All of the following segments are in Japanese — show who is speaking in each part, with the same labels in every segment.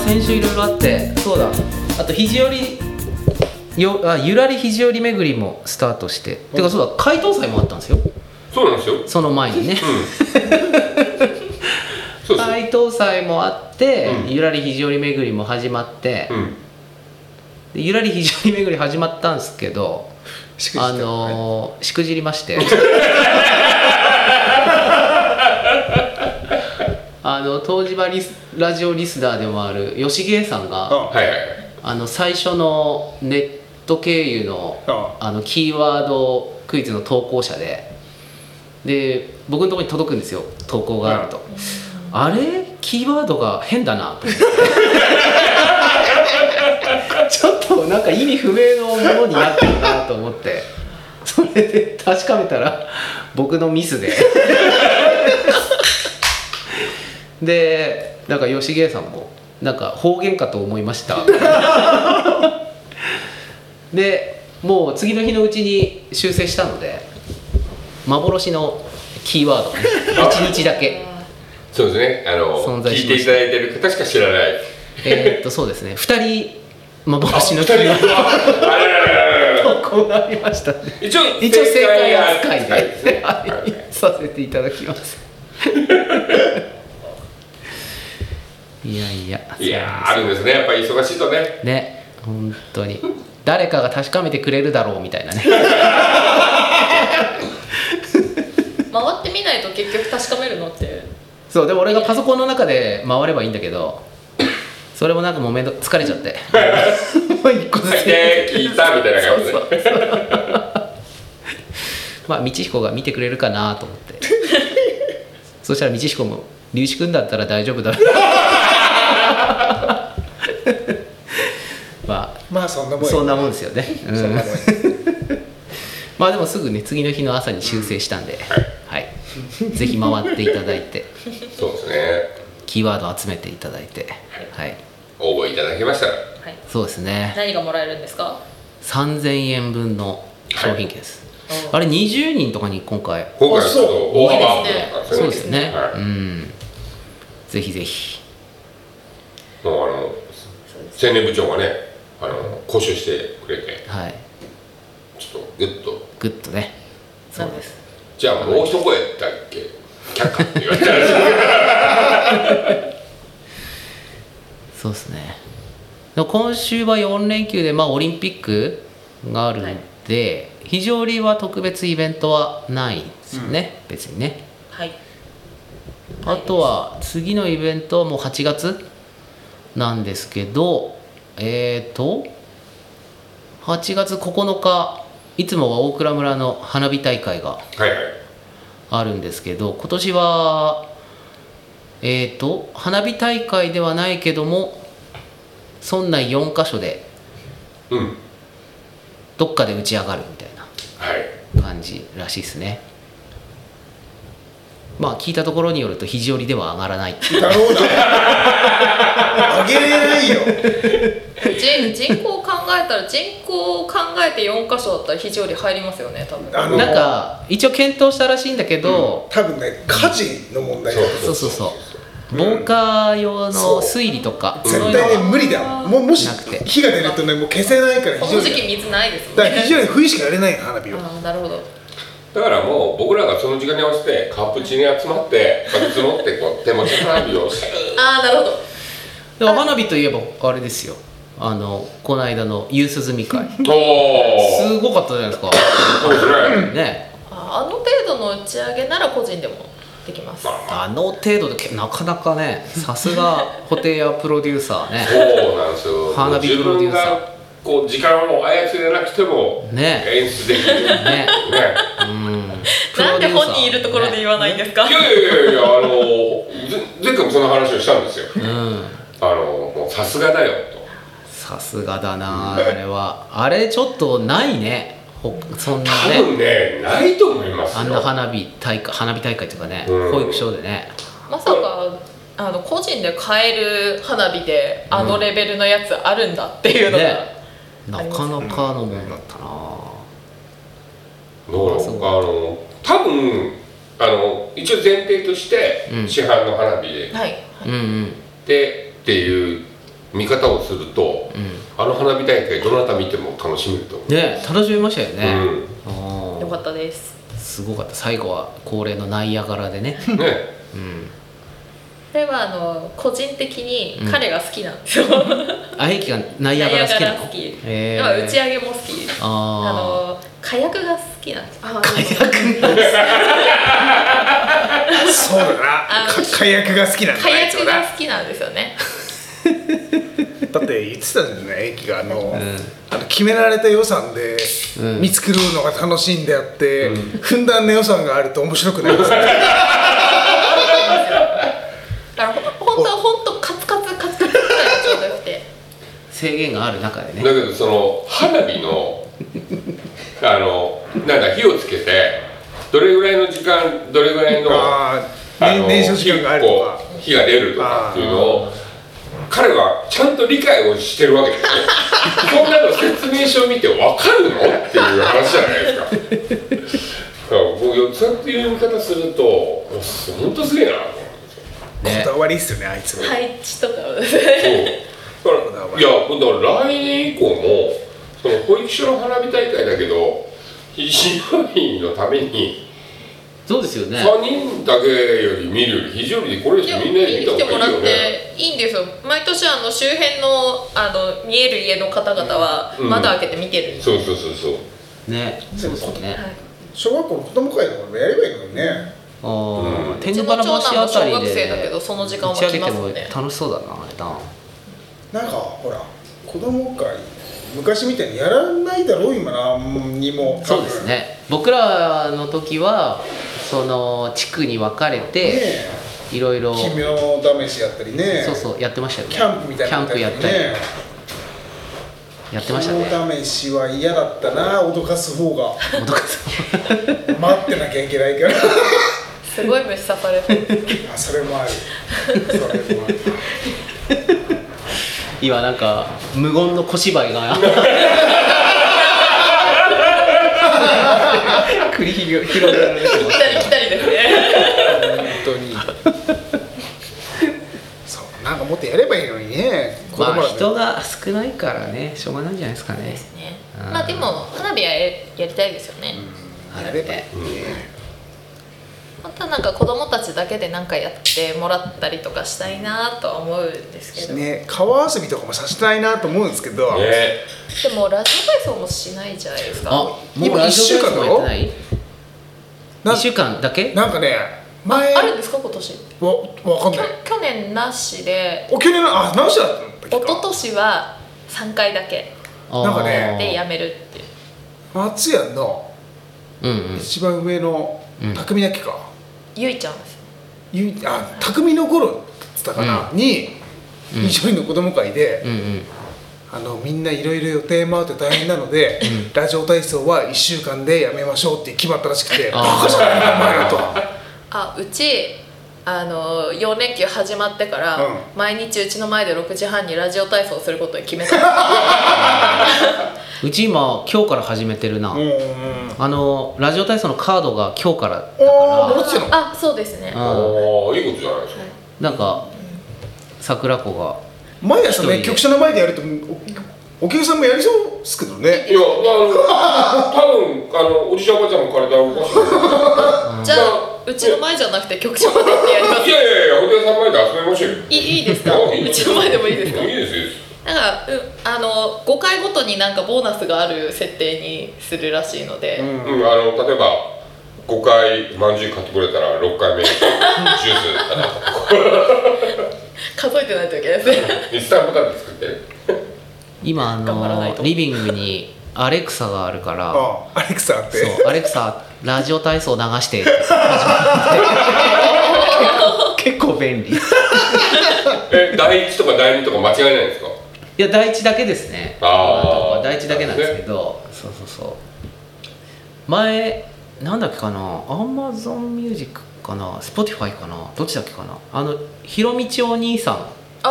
Speaker 1: 先週いろいろあってそうだあと肘折りよあゆらり肘折り巡りもスタートしててかそうだ解答祭もあったんですよ
Speaker 2: そうなんです よ。うん。
Speaker 1: その前にね
Speaker 2: そうですよ。
Speaker 1: 解答祭もあって、
Speaker 2: うん
Speaker 1: ゆらり肘折り巡りも始まって、
Speaker 2: うん。
Speaker 1: でゆらり肘折り巡り始まったんですけど
Speaker 3: しくじった
Speaker 1: あのーしくじりましてあの東芝リスラジオリスナーでもある吉芸さんが
Speaker 3: あ
Speaker 2: はいはいはい。
Speaker 1: あの最初のネット経由の
Speaker 3: あ
Speaker 1: あのキーワードクイズの投稿者でで僕のところに届くんですよ投稿があると、あれキーワードが変だなと思ってちょっとなんか意味不明のものになってるなと思ってそれで確かめたら僕のミスででなんか吉芸さんもなんか方言かと思いましたでもう次の日のうちに修正したので幻のキーワード1 日だけ
Speaker 2: そうですね。あ
Speaker 1: 存
Speaker 2: の
Speaker 1: 在
Speaker 2: 聞
Speaker 1: し
Speaker 2: い
Speaker 1: ま
Speaker 2: て
Speaker 1: し
Speaker 2: いた
Speaker 1: た
Speaker 2: だいてる方しか知らない。
Speaker 1: えーっとそうですね2人幻の
Speaker 2: 二
Speaker 1: キ
Speaker 2: 人
Speaker 1: ーワー
Speaker 2: あれれれれれれ
Speaker 1: ドをこうなりましたね
Speaker 2: 一応
Speaker 1: 一応正解扱いで、
Speaker 2: ですね。はいは
Speaker 1: はいい、させていただきますいやいや
Speaker 2: いやーあるんですね。やっぱり忙しいとね。
Speaker 1: ね本当に誰かが確かめてくれるだろうみたいなね
Speaker 4: 回ってみないと結局確かめるのって
Speaker 1: そうでも俺がパソコンの中で回ればいいんだけどそれもなんかもうめんど疲れちゃっても う一個ず
Speaker 2: はい
Speaker 1: つ
Speaker 2: で聞いたみたいな感じで。
Speaker 1: まあ道彦が見てくれるかなと思ってそしたら道彦も「龍一君だったら大丈夫だろう」ま
Speaker 3: まあそんなもん
Speaker 1: あ
Speaker 3: よ
Speaker 1: そんなもんですよね、うん
Speaker 3: そんなもんよ
Speaker 1: まあでもすぐね次の日の朝に修正したんで、はい、ぜひ回っていただいて
Speaker 2: そうですね。
Speaker 1: キーワード集めていただいてはい
Speaker 2: 応募いただけましたら。
Speaker 4: はい
Speaker 1: そうですね
Speaker 4: 何がもらえるんですか
Speaker 1: 3000円分の商品券です、
Speaker 4: はい
Speaker 1: あれ20人とかに今回
Speaker 2: 今回はちょっと大幅アッ
Speaker 4: あ
Speaker 2: プ
Speaker 4: そ
Speaker 2: だったん
Speaker 1: そう
Speaker 4: う
Speaker 1: ですね、
Speaker 2: はい
Speaker 1: うんぜひぜひ
Speaker 2: もうあの青年部長がねあの交渉してくれて
Speaker 1: はい
Speaker 2: ちょっとグッと
Speaker 1: グッとねそうです
Speaker 2: 「じゃあもう一声だっけ却下」って言われ たらしい
Speaker 1: そうですねでも今週は4連休で、まあ、オリンピックがあるんで、非常には特別イベントはないんですよね、別にね
Speaker 4: はい
Speaker 1: あとは次のイベントはもう8月なんですけどえーと8月9日いつもは大蔵村の花火大会が
Speaker 2: はいはい
Speaker 1: あるんですけど今年はえーと花火大会ではないけども村内4か所で
Speaker 2: うん
Speaker 1: どっかで打ち上がるみたいな
Speaker 2: はい
Speaker 1: 感じらしいですねまあ聞いたところによると肘折では上がらないっていう
Speaker 3: だろうなあげれないよ
Speaker 4: 人人口を考えたら人口を考えて4箇所だったら非常に入りますよね多分
Speaker 3: あの
Speaker 1: なんか一応検討したらしいんだけど、
Speaker 3: 多分ね家事の問題だと思う
Speaker 1: そうそうそう防火用の推理とか、そういう
Speaker 3: 絶
Speaker 1: の
Speaker 3: 対
Speaker 1: は
Speaker 3: ね無理だよもうもし
Speaker 1: なくて
Speaker 3: 火が出るとねもう消せないから
Speaker 4: こ
Speaker 3: 非常
Speaker 4: の
Speaker 3: に
Speaker 4: 時期水ないですもん
Speaker 3: だから
Speaker 4: ね
Speaker 3: 非常に冬しかやれないの花火を
Speaker 4: ああなるほど
Speaker 2: だからもう僕らがその時間に合わせてカップチに集まってバケツ持ってこう手持ち花火を して
Speaker 4: ああなるほど
Speaker 1: でも花火といえばあれですよあのこの間の夕涼み会
Speaker 2: おお
Speaker 1: すごかったじゃないですか
Speaker 2: そうですね
Speaker 1: ね
Speaker 4: ああの程度の打ち上げなら個人でもできます
Speaker 1: あの程度でけなかなかねさすが布袋屋プロデューサーね
Speaker 2: そうなんですよ
Speaker 1: 花火プロデュ
Speaker 2: 自分
Speaker 1: ーサー
Speaker 2: がこう時間を操れなくても
Speaker 1: ね
Speaker 2: 演出できるね
Speaker 1: ねプ
Speaker 4: な
Speaker 1: ロ
Speaker 4: ん
Speaker 1: デ
Speaker 4: で
Speaker 1: ューサー
Speaker 4: 本人いるところで言わないんですか、
Speaker 2: いやいやいやいやあのぜ前回もその話をしたんですよ
Speaker 1: うん
Speaker 2: あのもうさすがだよと
Speaker 1: さすがだなあれはあれちょっとないねほそんな
Speaker 2: 多
Speaker 1: ね
Speaker 2: 分ねないと思いますよ
Speaker 1: あんな花火大会花火大会というかね
Speaker 2: うん
Speaker 1: 保育所でね
Speaker 4: まさかあの個人で買える花火であのレベルのやつあるんだっていうのが、
Speaker 1: ねなかなかのもんだったな
Speaker 2: だから
Speaker 1: そう
Speaker 2: あの多分あの一応前提として
Speaker 1: うん
Speaker 2: 市販の花火で、
Speaker 4: はい
Speaker 1: うんうん
Speaker 2: でっていう見方をすると、あの花火大会どなた見ても楽しめると思う、
Speaker 1: ね楽しみましたよね、あ
Speaker 4: よかったです
Speaker 1: ーすごかった最後は恒例のナイアガラで ね、
Speaker 2: うん、ね
Speaker 1: うん、
Speaker 4: それはあの個人的に
Speaker 1: うん
Speaker 4: 彼が好きなんですよ、
Speaker 1: あ平気がナイアガラ好きなの
Speaker 4: ナイアガラ好き
Speaker 1: え
Speaker 4: まあ打ち
Speaker 1: あ
Speaker 4: 上げも好きですあ
Speaker 1: あ
Speaker 4: の火薬が好きなんですあ
Speaker 1: 火薬
Speaker 3: そうだな
Speaker 4: あ
Speaker 3: か火薬が好きなんだ
Speaker 4: 火
Speaker 3: あいつ
Speaker 4: 薬
Speaker 3: は
Speaker 4: が好きなんですよね
Speaker 3: なだって言ってたじゃない駅があの,、
Speaker 1: ん
Speaker 3: あの決められた予算で
Speaker 1: うん
Speaker 3: 見繕うのが楽しいんであって、ふんだんな予算があると面白くない ですか
Speaker 4: だからほん本当は本当カツカツカツカツカツがちょうどよくて
Speaker 1: 制限がある中で
Speaker 2: だ
Speaker 1: ね
Speaker 2: けどその花火のあのなんだ火をつけてどれぐらいの時間どれぐらいの
Speaker 3: あー
Speaker 2: あ
Speaker 3: ね
Speaker 2: の
Speaker 3: 燃焼時間があるとか
Speaker 2: 火火が出るとかっていうのを彼はちゃんと理解をしてるわけですよこんなの説明書を見て分かるのっていう話じゃないですかだから僕そうやっていう見方すると本当すげえなと思うんですよ
Speaker 1: ね
Speaker 3: こだわりっすよねあいつは、
Speaker 4: 配置とかを
Speaker 2: そうだからいやだから来年以降もその保育所の花火大会だけど非常にのために
Speaker 1: そうですよね
Speaker 2: 3人だけより見るより非常にこれ以上みんなで見た
Speaker 4: 来て
Speaker 2: 方
Speaker 4: も
Speaker 2: が
Speaker 4: ら
Speaker 2: いいよ
Speaker 4: っ
Speaker 2: ね
Speaker 4: ていいんですよ毎年あの周辺のあの見える家の方々は
Speaker 2: うん
Speaker 4: 窓開けて見てるんです、
Speaker 2: そうそうそうそう
Speaker 1: ねそうですよね
Speaker 4: はい
Speaker 3: 小学校の子供会とかでやればいいのにね
Speaker 1: あー
Speaker 2: うん
Speaker 1: 天
Speaker 4: うち
Speaker 1: 狗
Speaker 4: の
Speaker 1: 原橋
Speaker 4: 長男も
Speaker 1: あた
Speaker 4: 小
Speaker 1: り
Speaker 4: 学生だけ
Speaker 1: で
Speaker 4: どその時間
Speaker 1: 打
Speaker 4: は
Speaker 1: ち上
Speaker 4: 来
Speaker 1: げ
Speaker 4: ま
Speaker 1: て
Speaker 4: す
Speaker 1: も
Speaker 4: よね
Speaker 1: 楽しそうだなあれな
Speaker 3: なんかほら子供会昔みたいにやらないだろう今なにも
Speaker 1: そうですね僕らの時はその地区に分かれて
Speaker 3: ね
Speaker 1: いろいろ
Speaker 3: 奇妙試しやったりね
Speaker 1: そうそうやってましたよね
Speaker 3: キャンプみたいなの
Speaker 1: キャンプやったり
Speaker 3: ね
Speaker 1: やってましたね
Speaker 3: 肝試しは嫌だったな脅かす方が
Speaker 1: 本当かそう
Speaker 3: 待ってなきゃいけないから
Speaker 4: すごい虫刺され てる
Speaker 3: あそれもあるそれもある
Speaker 1: 今なんか無言の小芝居が繰り広げられてま
Speaker 4: 来
Speaker 1: す
Speaker 4: たり来たりですね
Speaker 3: 本当にそうなんかもっとやればいいのにね子供
Speaker 1: ま
Speaker 3: ら
Speaker 1: あ
Speaker 3: ね
Speaker 1: 人が少ないからねしょうがないんじゃないですかね
Speaker 4: ね
Speaker 1: あー
Speaker 4: まあでも花火はややりたいですよね、
Speaker 3: やればいいね
Speaker 4: またなんか子供たちだけで何かやってもらったりとかしたいなとは思うんですけど、
Speaker 3: ね川遊びとかもさせたいなと思うんですけど、
Speaker 2: ね
Speaker 4: でもラジオ体操もしないじゃないですか
Speaker 1: あもう
Speaker 3: 今
Speaker 1: ラ
Speaker 3: 一
Speaker 1: ジ
Speaker 3: 週
Speaker 1: オ
Speaker 3: 間
Speaker 1: 体操や
Speaker 3: だろ
Speaker 1: ってない
Speaker 3: な
Speaker 1: 1週間だけ
Speaker 3: なんかね前
Speaker 4: あるんですか今年
Speaker 3: わわかん
Speaker 4: きょ
Speaker 3: ない
Speaker 4: 去年なしで
Speaker 3: お去年のあ何しだったんだっけ
Speaker 4: 一昨年は3回だけ
Speaker 3: なんかね
Speaker 4: でやめるっていう
Speaker 3: 松屋の
Speaker 1: あーうんうん
Speaker 3: 一番上の
Speaker 1: うん
Speaker 3: 匠だっけか、
Speaker 4: ゆいちゃんです
Speaker 3: ゆいあ匠の頃っつったかな、に
Speaker 1: うん
Speaker 3: 二条院の子供会で、
Speaker 1: うんうん
Speaker 3: あのみんないろいろ予定もあって大変なので、ラジオ体操は1週間でやめましょうって決まったらしくてバ
Speaker 1: あー
Speaker 3: カじゃないかお前らと
Speaker 4: あうちあの4連休始まってから、
Speaker 3: うん
Speaker 4: 毎日うちの前で6時半にラジオ体操することに決め た
Speaker 1: うち今今日から始めてるな、
Speaker 3: うんうん
Speaker 1: あのラジオ体操のカードが今日からだか
Speaker 3: おー
Speaker 1: ら
Speaker 3: どっちなの
Speaker 4: あそうですね
Speaker 1: う
Speaker 2: ああ
Speaker 1: ん
Speaker 2: ーいいことじゃないですか
Speaker 1: なんか桜子が
Speaker 3: 毎朝
Speaker 1: 一人で
Speaker 3: ね局所の前でやるとおお客さんもやりそうっすけどね
Speaker 2: いやあの多分あのおじいちゃんおばあちゃんも体動かしてる
Speaker 4: じゃあうちの前じゃなくて局長までってやります
Speaker 2: いやいやいやお客さん前で遊びましょうよ
Speaker 4: いいいです か
Speaker 2: あいいう
Speaker 4: ちの前でもいいですか
Speaker 2: いいですいいです
Speaker 4: なんか、うん、あの5回ごとになんかボーナスがある設定にするらしいので、
Speaker 2: うん、あの例えば5回まんじゅう買ってくれたら6回目ジュースあの
Speaker 4: 数えてないといけないですね
Speaker 2: 水タンボタンで作ってね
Speaker 1: 今あ
Speaker 4: 頑張らない
Speaker 1: の
Speaker 4: と
Speaker 1: リビングにアレクサがあるから
Speaker 3: ああアレクサって
Speaker 1: そうアレクサラジオ体操流してって 結構便利い
Speaker 2: え第1とか第2とか間違いないんですか
Speaker 1: や第一だけですね
Speaker 2: あー
Speaker 1: 第一だけなんですけどそうそうそう前なんだっけかなアマゾンミュージックかな Spotify かなどっちだっけかなあのひろみちお兄さ
Speaker 4: あ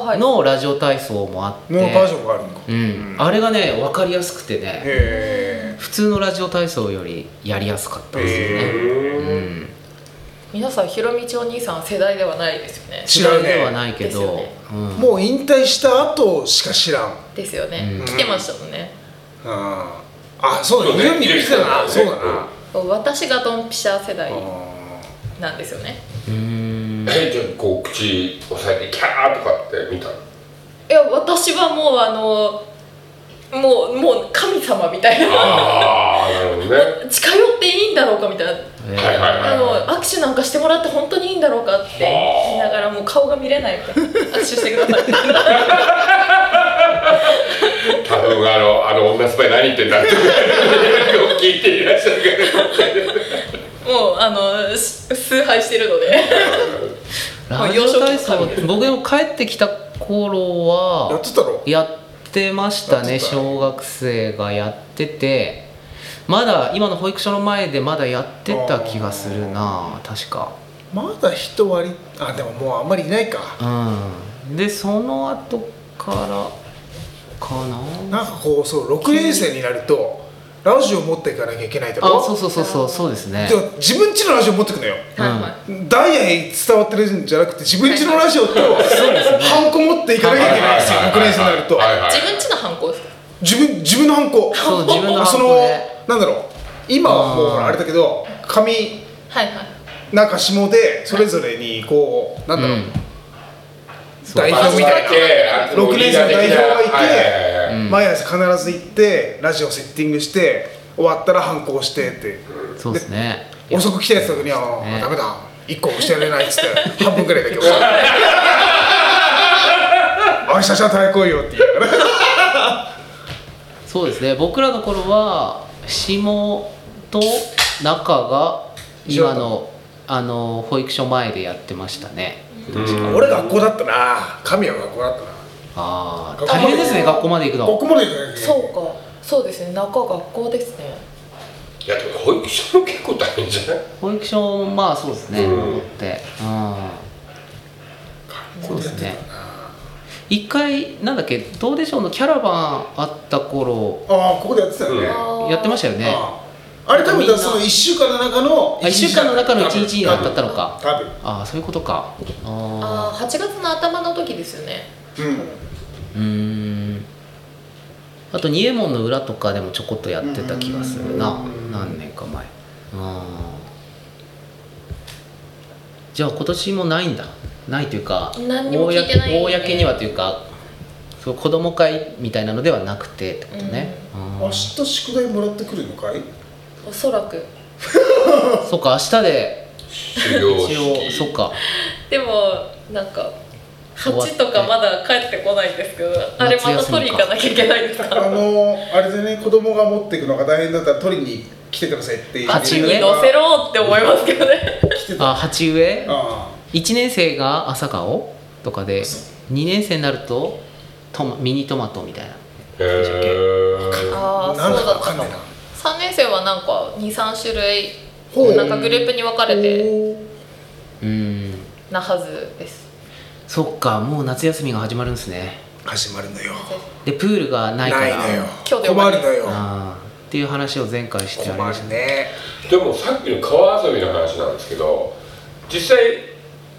Speaker 4: あは
Speaker 1: んのラジオ体操もあって、
Speaker 3: のバージョンがあるのか
Speaker 1: うん、あれがね分かりやすくてね
Speaker 3: へ
Speaker 1: 普通のラジオ体操よりやりやすかったですよね、
Speaker 2: う
Speaker 1: うん
Speaker 4: 皆さんひろみちお兄さんは世代ではないですよね
Speaker 3: 知らん
Speaker 1: 世
Speaker 3: ね
Speaker 1: 代ではないけ
Speaker 4: ですよ
Speaker 1: ど、
Speaker 4: ね
Speaker 1: うん
Speaker 3: もう引退した後しか知らん
Speaker 4: ですよね、
Speaker 1: うん
Speaker 4: 来てましたもんね
Speaker 3: ああそうだ
Speaker 2: そうね
Speaker 3: ね見る人だな
Speaker 2: そ
Speaker 3: そうう
Speaker 2: だ
Speaker 3: だ
Speaker 2: ね
Speaker 3: な
Speaker 4: 私がドンピシャ世代
Speaker 3: あ
Speaker 4: なんですよね
Speaker 1: うーん
Speaker 2: えじゃあこう口押さえてキャーとかって見たの
Speaker 4: いや私はもうあのもうもう神様みたいな
Speaker 2: ああなるほど ね
Speaker 4: 近寄っていいんだろうかみたいな
Speaker 1: えー
Speaker 2: はいはいはい
Speaker 4: あの握手なんかしてもらって本当にいいんだろうかって言いながらもう顔が見れないみたいな握手して ください
Speaker 2: 多分あのあの女スパイ何言ってんだって聞いていらっしゃる
Speaker 4: もうあのす崇拝してるので
Speaker 1: ラジオ体操僕でも帰ってきた頃
Speaker 3: あやっ
Speaker 1: は
Speaker 3: てたろ
Speaker 1: やってました
Speaker 3: や
Speaker 1: ね
Speaker 3: ってた
Speaker 1: 小学生がやっててまだ今の保育所の前でまだやってた気がするな確か
Speaker 3: まだ人割りあでももうあんまりいないか
Speaker 1: うんでその後からかな
Speaker 3: なんかこうそう6年生になるとラジオ持っていかなきゃいけないだろ
Speaker 1: あそうそうそうそうそうですね
Speaker 3: でも自分家のラジオ持ってくのよ
Speaker 1: うん
Speaker 4: はいはい
Speaker 3: ダイヤに伝わってるんじゃなくて自分家のラジオとハンコ持っていかなきゃいけないんですよ6年生になると
Speaker 4: 自分ちの犯行ですか
Speaker 3: 自分自分のハンコ
Speaker 1: そう自分のハンコ
Speaker 3: その
Speaker 1: ね
Speaker 3: なんだろう今はもうほらあれだけど
Speaker 4: は
Speaker 3: 紙
Speaker 4: いはい
Speaker 3: 中下でそれぞれにこうなんだろう、代表みたいな
Speaker 2: な
Speaker 3: 六年生の代表がいて
Speaker 1: いうん
Speaker 3: 毎朝必ず行ってラジオセッティングして終わったら反抗してって
Speaker 1: そうですね
Speaker 3: 遅く来たやつとかには「
Speaker 1: ね
Speaker 3: ダメだ1個もしてやれない」っつって 半分くらいだけど さ「おい社長大来いよ」って言いながら
Speaker 1: そうですね僕らの頃は下と中が今のあの保育所前でやってましたね
Speaker 3: 俺学校だったな神は学校だったな
Speaker 1: ああ大変ですね学校まで行く
Speaker 3: こ
Speaker 1: の
Speaker 3: こまで行かなきゃいけな
Speaker 4: そ
Speaker 3: い
Speaker 4: うかそうですね中学校ですね
Speaker 2: いやでも保育所も結構大変じゃない
Speaker 1: 保育所まあそうですね
Speaker 2: うん
Speaker 1: 思ってうんそうですね一回なんだっけどうでしょうのキャラバンあった頃
Speaker 3: ああここでやってたよね、
Speaker 2: うん
Speaker 3: あ
Speaker 1: やってましたよね
Speaker 3: ああれ多分だからその1週間の中の
Speaker 1: あ1週間の中の1日に当たったのか
Speaker 3: 多分
Speaker 1: ああそういうことか
Speaker 4: あ
Speaker 1: あ
Speaker 4: あ8月の頭の時ですよね
Speaker 3: う
Speaker 1: あ
Speaker 3: ん
Speaker 1: うーんあと仁右衛門の裏とかでもちょこっとやってた気がするな
Speaker 3: うん
Speaker 1: 何年か前あーじゃあ今年もないんだないというか
Speaker 4: 何にも聞いてない
Speaker 1: 公公にはというかそう子供会みたいなのではなくてってことね、あ
Speaker 3: 明
Speaker 1: ー
Speaker 3: 日宿題もらってくるのかい
Speaker 4: おそらく
Speaker 1: そうか明日で
Speaker 2: 修行
Speaker 1: 一応
Speaker 2: 式
Speaker 1: そうか
Speaker 4: でもなんか
Speaker 1: 終わって
Speaker 4: 8とかまだ帰ってこないんですけどあれまた取り行かなきゃいけないんです
Speaker 3: あ
Speaker 4: か
Speaker 3: のー、あれでね子供が持っていくのが大変だったら取りに来てくださいっていう
Speaker 4: 8
Speaker 1: 鉢
Speaker 4: に乗せろって思いますけどね
Speaker 3: 来てた
Speaker 1: あ鉢植え
Speaker 3: あ
Speaker 1: 1年生が朝顔とかで
Speaker 3: そ
Speaker 1: 2年生になるとトマミニトマトみたいな
Speaker 2: へー
Speaker 4: あ
Speaker 3: あ
Speaker 4: あ
Speaker 3: なん
Speaker 4: そ
Speaker 3: だ
Speaker 4: うだ
Speaker 3: かわ
Speaker 4: っ
Speaker 3: か
Speaker 4: た
Speaker 3: ん
Speaker 4: か
Speaker 3: ない
Speaker 4: も
Speaker 3: な
Speaker 4: 3年生はなんか23種
Speaker 3: ほ
Speaker 4: 類
Speaker 3: う
Speaker 4: なんかグループに分かれて
Speaker 1: うん
Speaker 4: なはずです
Speaker 1: そっかもう夏休みが始まるんですね
Speaker 3: 始まるのよ
Speaker 1: でプールがないから
Speaker 3: のよ
Speaker 4: 今日で終わ
Speaker 3: 困
Speaker 4: り
Speaker 3: るのよ
Speaker 1: あーっていう話を前回してあり
Speaker 3: 困
Speaker 1: ました
Speaker 3: るね
Speaker 2: でもさっきの川遊びの話なんですけど実際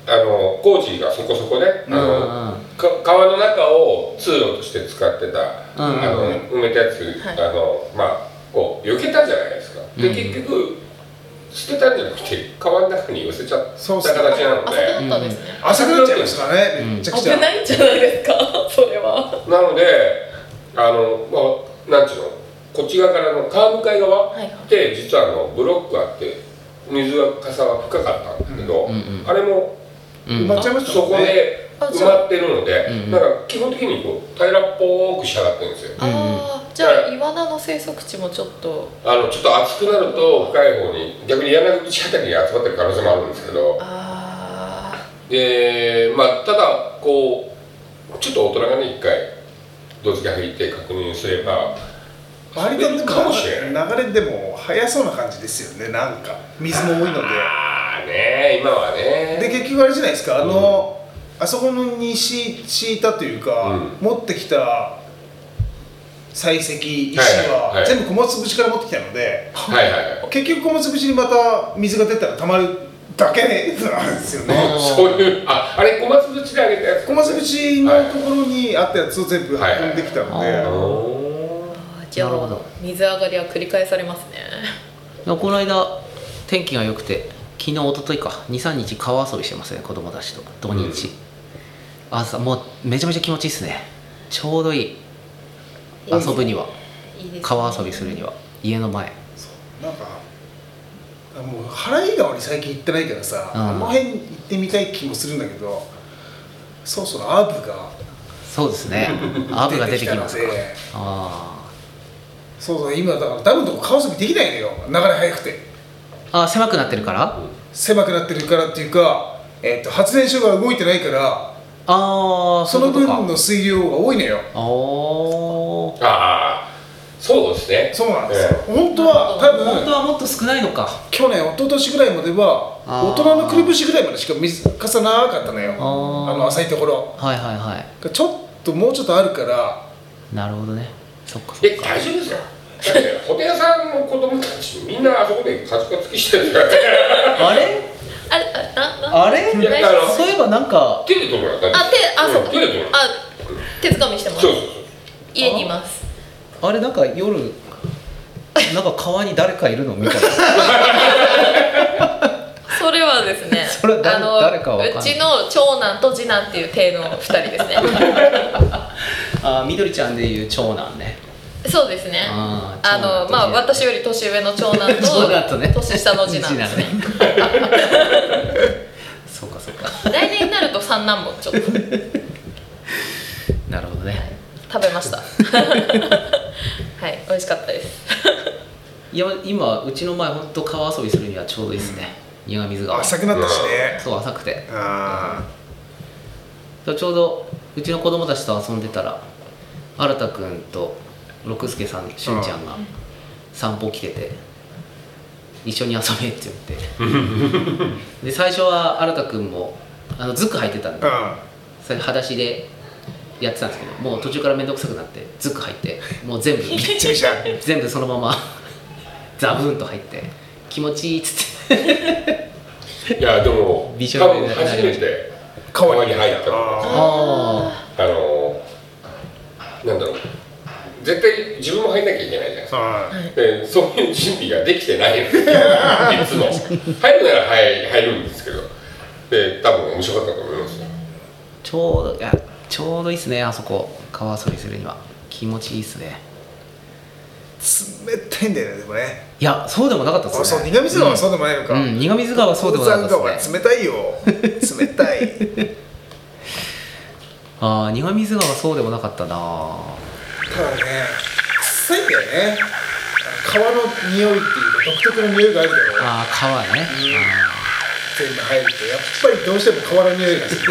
Speaker 2: あのコーチがそこそこねあの、
Speaker 1: うん
Speaker 2: か川の中を通路として使ってた、
Speaker 1: うん
Speaker 2: あの埋めたやつ、
Speaker 4: はい
Speaker 2: あのまあこう避けたじゃないですか、
Speaker 1: う
Speaker 2: で
Speaker 1: ん
Speaker 2: 結局捨てたんじゃなくて川の中に寄せちゃった
Speaker 3: そう
Speaker 2: 形
Speaker 3: っす
Speaker 2: なので
Speaker 4: 浅く
Speaker 3: ね
Speaker 4: なったんですね
Speaker 3: 浅くなっちゃいましたからね、
Speaker 1: うん
Speaker 3: めちゃく
Speaker 4: 危
Speaker 3: ちゃ
Speaker 4: ないんじゃないですか それは
Speaker 2: なのであの、まあ、なんちゅうのこっち側からの川向かい側
Speaker 4: はいはい
Speaker 2: で実はあのブロックあって水はかさは深かったんだけど、
Speaker 1: うんうん
Speaker 2: あれも
Speaker 1: うん
Speaker 3: 埋まっちゃいました
Speaker 2: そ
Speaker 3: もん
Speaker 2: こ
Speaker 3: ね
Speaker 2: で
Speaker 4: あ
Speaker 2: 埋まってるので、
Speaker 1: うんうん
Speaker 2: なんか基本的にこう平らっぽく仕上がってるんですよ
Speaker 1: うん
Speaker 4: ああじゃあイワナの生息地もちょっと
Speaker 2: あのちょっと熱くなると深い方に逆に柳口辺りに集まってる可能性もあるんですけど
Speaker 4: ああ
Speaker 2: でまあただこうちょっと大人がね一回土付け履いて確認すれば
Speaker 3: 割とでも
Speaker 2: かもしれ
Speaker 3: 流れでも早そうな感じですよねなんか水も多いの
Speaker 2: ああね今はね
Speaker 3: でで結局あれじゃないですかあの、あそこのにし敷いたというか、
Speaker 2: うん
Speaker 3: 持ってきた採石石
Speaker 2: はいはいは
Speaker 3: はい全部小松節から持ってきたので、
Speaker 2: はいはいはい
Speaker 3: 結局小松節にまた水が出たらたまるだけなんですよね
Speaker 2: そういうああれ小松口であげたやつ
Speaker 3: 小松口のところにあったやつを全部運んできたの
Speaker 1: はいはい
Speaker 3: で
Speaker 1: あ
Speaker 4: あーじゃ
Speaker 1: なるほど
Speaker 4: あ水上がりは繰り返されますね
Speaker 1: でもこの間天気が良くて昨日一昨日か23日川遊びしてますね子供たちと土日、
Speaker 2: うん
Speaker 1: 朝もうめちゃめちゃ気持ちいいっすねちょうどいい遊ぶにはい
Speaker 4: いですね
Speaker 1: 川遊びするには家の前
Speaker 3: なんかもう原井川に最近行ってないからさ、
Speaker 1: うん
Speaker 3: あの辺行ってみたい気もするんだけどそろそろアブが
Speaker 1: そうです ねアブが出てきますか
Speaker 3: 出てきたので
Speaker 1: あ
Speaker 3: そうだ今だからダムのとこ川遊びできないのよ流れ速くて
Speaker 1: ーあー狭くなってるから
Speaker 3: 狭くなってるからっていうか、えっと発電所が動いてないから
Speaker 1: ああ
Speaker 3: その分の水量が多いのよ
Speaker 1: おー
Speaker 2: ああそうですね
Speaker 3: そうなんですよ、
Speaker 2: え
Speaker 3: 本当は多分
Speaker 1: 本当はもっと少ないのか
Speaker 3: 去年一昨年ぐらいまでは
Speaker 1: あー
Speaker 3: 大人のくるぶしぐらいまでしか水かさなかったのよ
Speaker 1: あー
Speaker 3: あの浅いところ
Speaker 1: はいはいは
Speaker 3: ちょっともうちょっとあるから
Speaker 1: いなるほどねそっかそ
Speaker 2: え
Speaker 1: っか
Speaker 2: 大丈夫ですよだってホテルさんの子供たちみんなあそこでカツカツしてるから
Speaker 1: あれ
Speaker 4: あれあなな
Speaker 1: あれ
Speaker 2: いやあの
Speaker 1: そういえばなんか
Speaker 2: 手で取るから
Speaker 4: あ手あそうか
Speaker 2: 手で取る
Speaker 4: あ手掴みしてます
Speaker 2: そうそう
Speaker 4: 家にいます
Speaker 1: あれなんか夜なんか川に誰かいるのみたいな
Speaker 4: それはです ね
Speaker 1: それは誰誰かわかんないう
Speaker 4: ちの長男と次男っていう体の2人ですね
Speaker 1: あーみどりちゃんでいう長男ね
Speaker 4: そうですね
Speaker 1: あー
Speaker 4: あのまあ
Speaker 1: 長男と
Speaker 4: 私より年上の長男 と
Speaker 1: 長男とね
Speaker 4: 年下の次男ですね
Speaker 1: そうかそうか
Speaker 4: 来年になると三男もちょっと食
Speaker 1: なるほどね
Speaker 4: べましたはい美味しかったです
Speaker 1: いや今うちの前本当川遊びするにはちょうどいいですね湯河水川
Speaker 3: 浅くなったしね
Speaker 1: そう浅くて
Speaker 3: あ
Speaker 1: ちょうどうちの子供たちと遊んでたら新田君と六輔さんしゅんちゃんが散歩来てて「一緒に遊べ」って言って で最初は新田君もあのズック履いてたん
Speaker 3: ーう
Speaker 1: で
Speaker 3: ん
Speaker 1: それ裸足でやってたんですけどもう途中から面倒くさくなってズック履いてもう全 部
Speaker 3: めちゃめちゃ
Speaker 1: 全部そのままザブンと入って気持ちいいっつって
Speaker 2: いやでも
Speaker 1: びしょ
Speaker 2: 多
Speaker 1: 濡れ
Speaker 2: 分
Speaker 1: になりました
Speaker 2: 初めて
Speaker 3: 川
Speaker 2: 川
Speaker 3: に
Speaker 2: に
Speaker 3: 入
Speaker 2: 入
Speaker 3: っ
Speaker 2: ったた
Speaker 1: あ
Speaker 3: あ
Speaker 2: あのなんだろう絶対自分も入んなきゃいけないじゃないですか
Speaker 3: あ
Speaker 2: でそういう準備ができてないの いつも入るなら入入るんですけどで多分面白かったと思いますよ
Speaker 1: ちょうどいやちょうどいいっすねあそこ川遊びするには気持ちいいっすね
Speaker 3: 冷たいんだよねでもね
Speaker 1: いやそうでもなかったっ
Speaker 3: あ
Speaker 1: す
Speaker 3: そう
Speaker 1: ね
Speaker 3: 苦味すはそうでもないのか
Speaker 1: うん苦水川はそうでもなかったですね
Speaker 3: ね冷たいよ冷たい
Speaker 1: ああ苦水川はそうでもなかったな
Speaker 3: ただね臭いんだよね皮の匂いっていうか独特の匂いがあるだろう
Speaker 1: あー川ね
Speaker 3: 全部入るとやっぱりどうしても皮の匂いがする